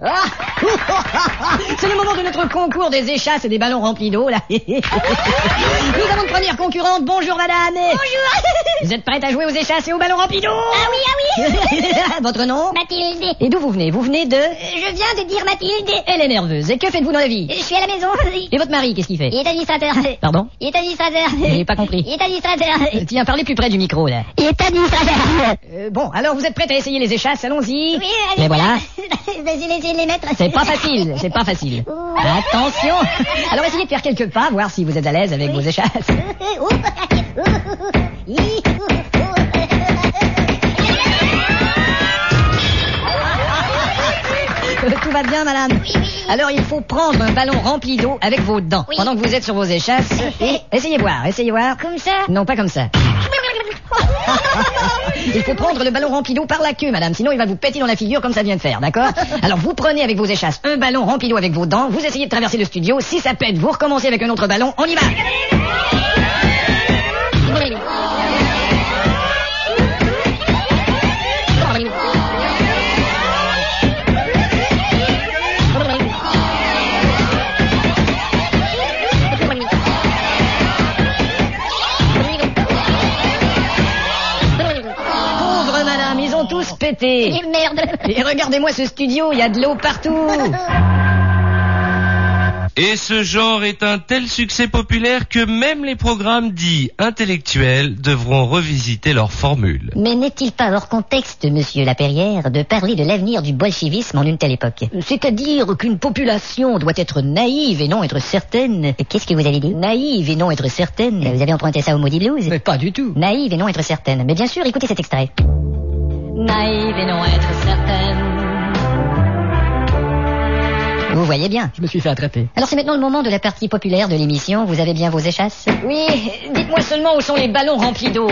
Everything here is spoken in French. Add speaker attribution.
Speaker 1: Ah C'est le moment de notre concours des échasses et des ballons remplis d'eau, là. Nous avons une première concurrente. Bonjour, madame. Oh.
Speaker 2: Bonjour
Speaker 1: Vous êtes prête à jouer aux échasses et aux ballons remplis d'eau
Speaker 2: Ah oui, ah oui
Speaker 1: Votre nom
Speaker 2: Mathilde
Speaker 1: Et d'où vous venez Vous venez de...
Speaker 2: Je viens de dire Mathilde
Speaker 1: Elle est nerveuse. Et que faites-vous dans la vie
Speaker 2: Je suis à la maison
Speaker 1: Et votre mari, qu'est-ce qu'il fait
Speaker 2: Il est administrateur
Speaker 1: Pardon
Speaker 2: Il est administrateur
Speaker 1: J'ai pas compris.
Speaker 2: Il est administrateur
Speaker 1: Euh, Tiens, parlez plus près du micro, là.
Speaker 2: Il est administrateur
Speaker 1: Euh, bon, alors vous êtes prête à essayer les échasses Allons-y.
Speaker 2: Oui, allez
Speaker 1: Mais voilà.
Speaker 2: Vas-y, laissez les mettre
Speaker 1: C'est pas facile, c'est pas facile. Attention Alors essayez de faire quelques pas, voir si vous êtes à l'aise avec vos échasses. Euh, Tout va bien, madame Alors il faut prendre un ballon rempli d'eau avec vos dents.
Speaker 2: Oui.
Speaker 1: Pendant que vous êtes sur vos échasses, et essayez voir, essayez voir.
Speaker 2: Comme ça
Speaker 1: Non, pas comme ça. Il faut prendre le ballon rempli d'eau par la queue, madame, sinon il va vous péter dans la figure comme ça vient de faire, d'accord Alors vous prenez avec vos échasses un ballon rempli d'eau avec vos dents, vous essayez de traverser le studio, si ça pète, vous recommencez avec un autre ballon, on y va Pauvre madame, ils ont tous pété
Speaker 2: Et merde
Speaker 1: Et regardez-moi ce studio, il y a de l'eau partout
Speaker 3: Et ce genre est un tel succès populaire que même les programmes dits intellectuels devront revisiter leur formule.
Speaker 2: Mais n'est-il pas hors contexte, monsieur Laperrière, de parler de l'avenir du bolchevisme en une telle époque
Speaker 1: C'est-à-dire qu'une population doit être naïve et non être certaine.
Speaker 2: Qu'est-ce que vous avez dit
Speaker 1: Naïve et non être certaine.
Speaker 2: Vous avez emprunté ça au Maudit Blues
Speaker 1: Mais pas du tout.
Speaker 2: Naïve et non être certaine. Mais bien sûr, écoutez cet extrait.
Speaker 1: Naïve et non être certaine.
Speaker 2: Vous voyez bien.
Speaker 1: Je me suis fait attraper.
Speaker 2: Alors c'est maintenant le moment de la partie populaire de l'émission. Vous avez bien vos échasses
Speaker 1: Oui, dites-moi seulement où sont les ballons remplis d'eau.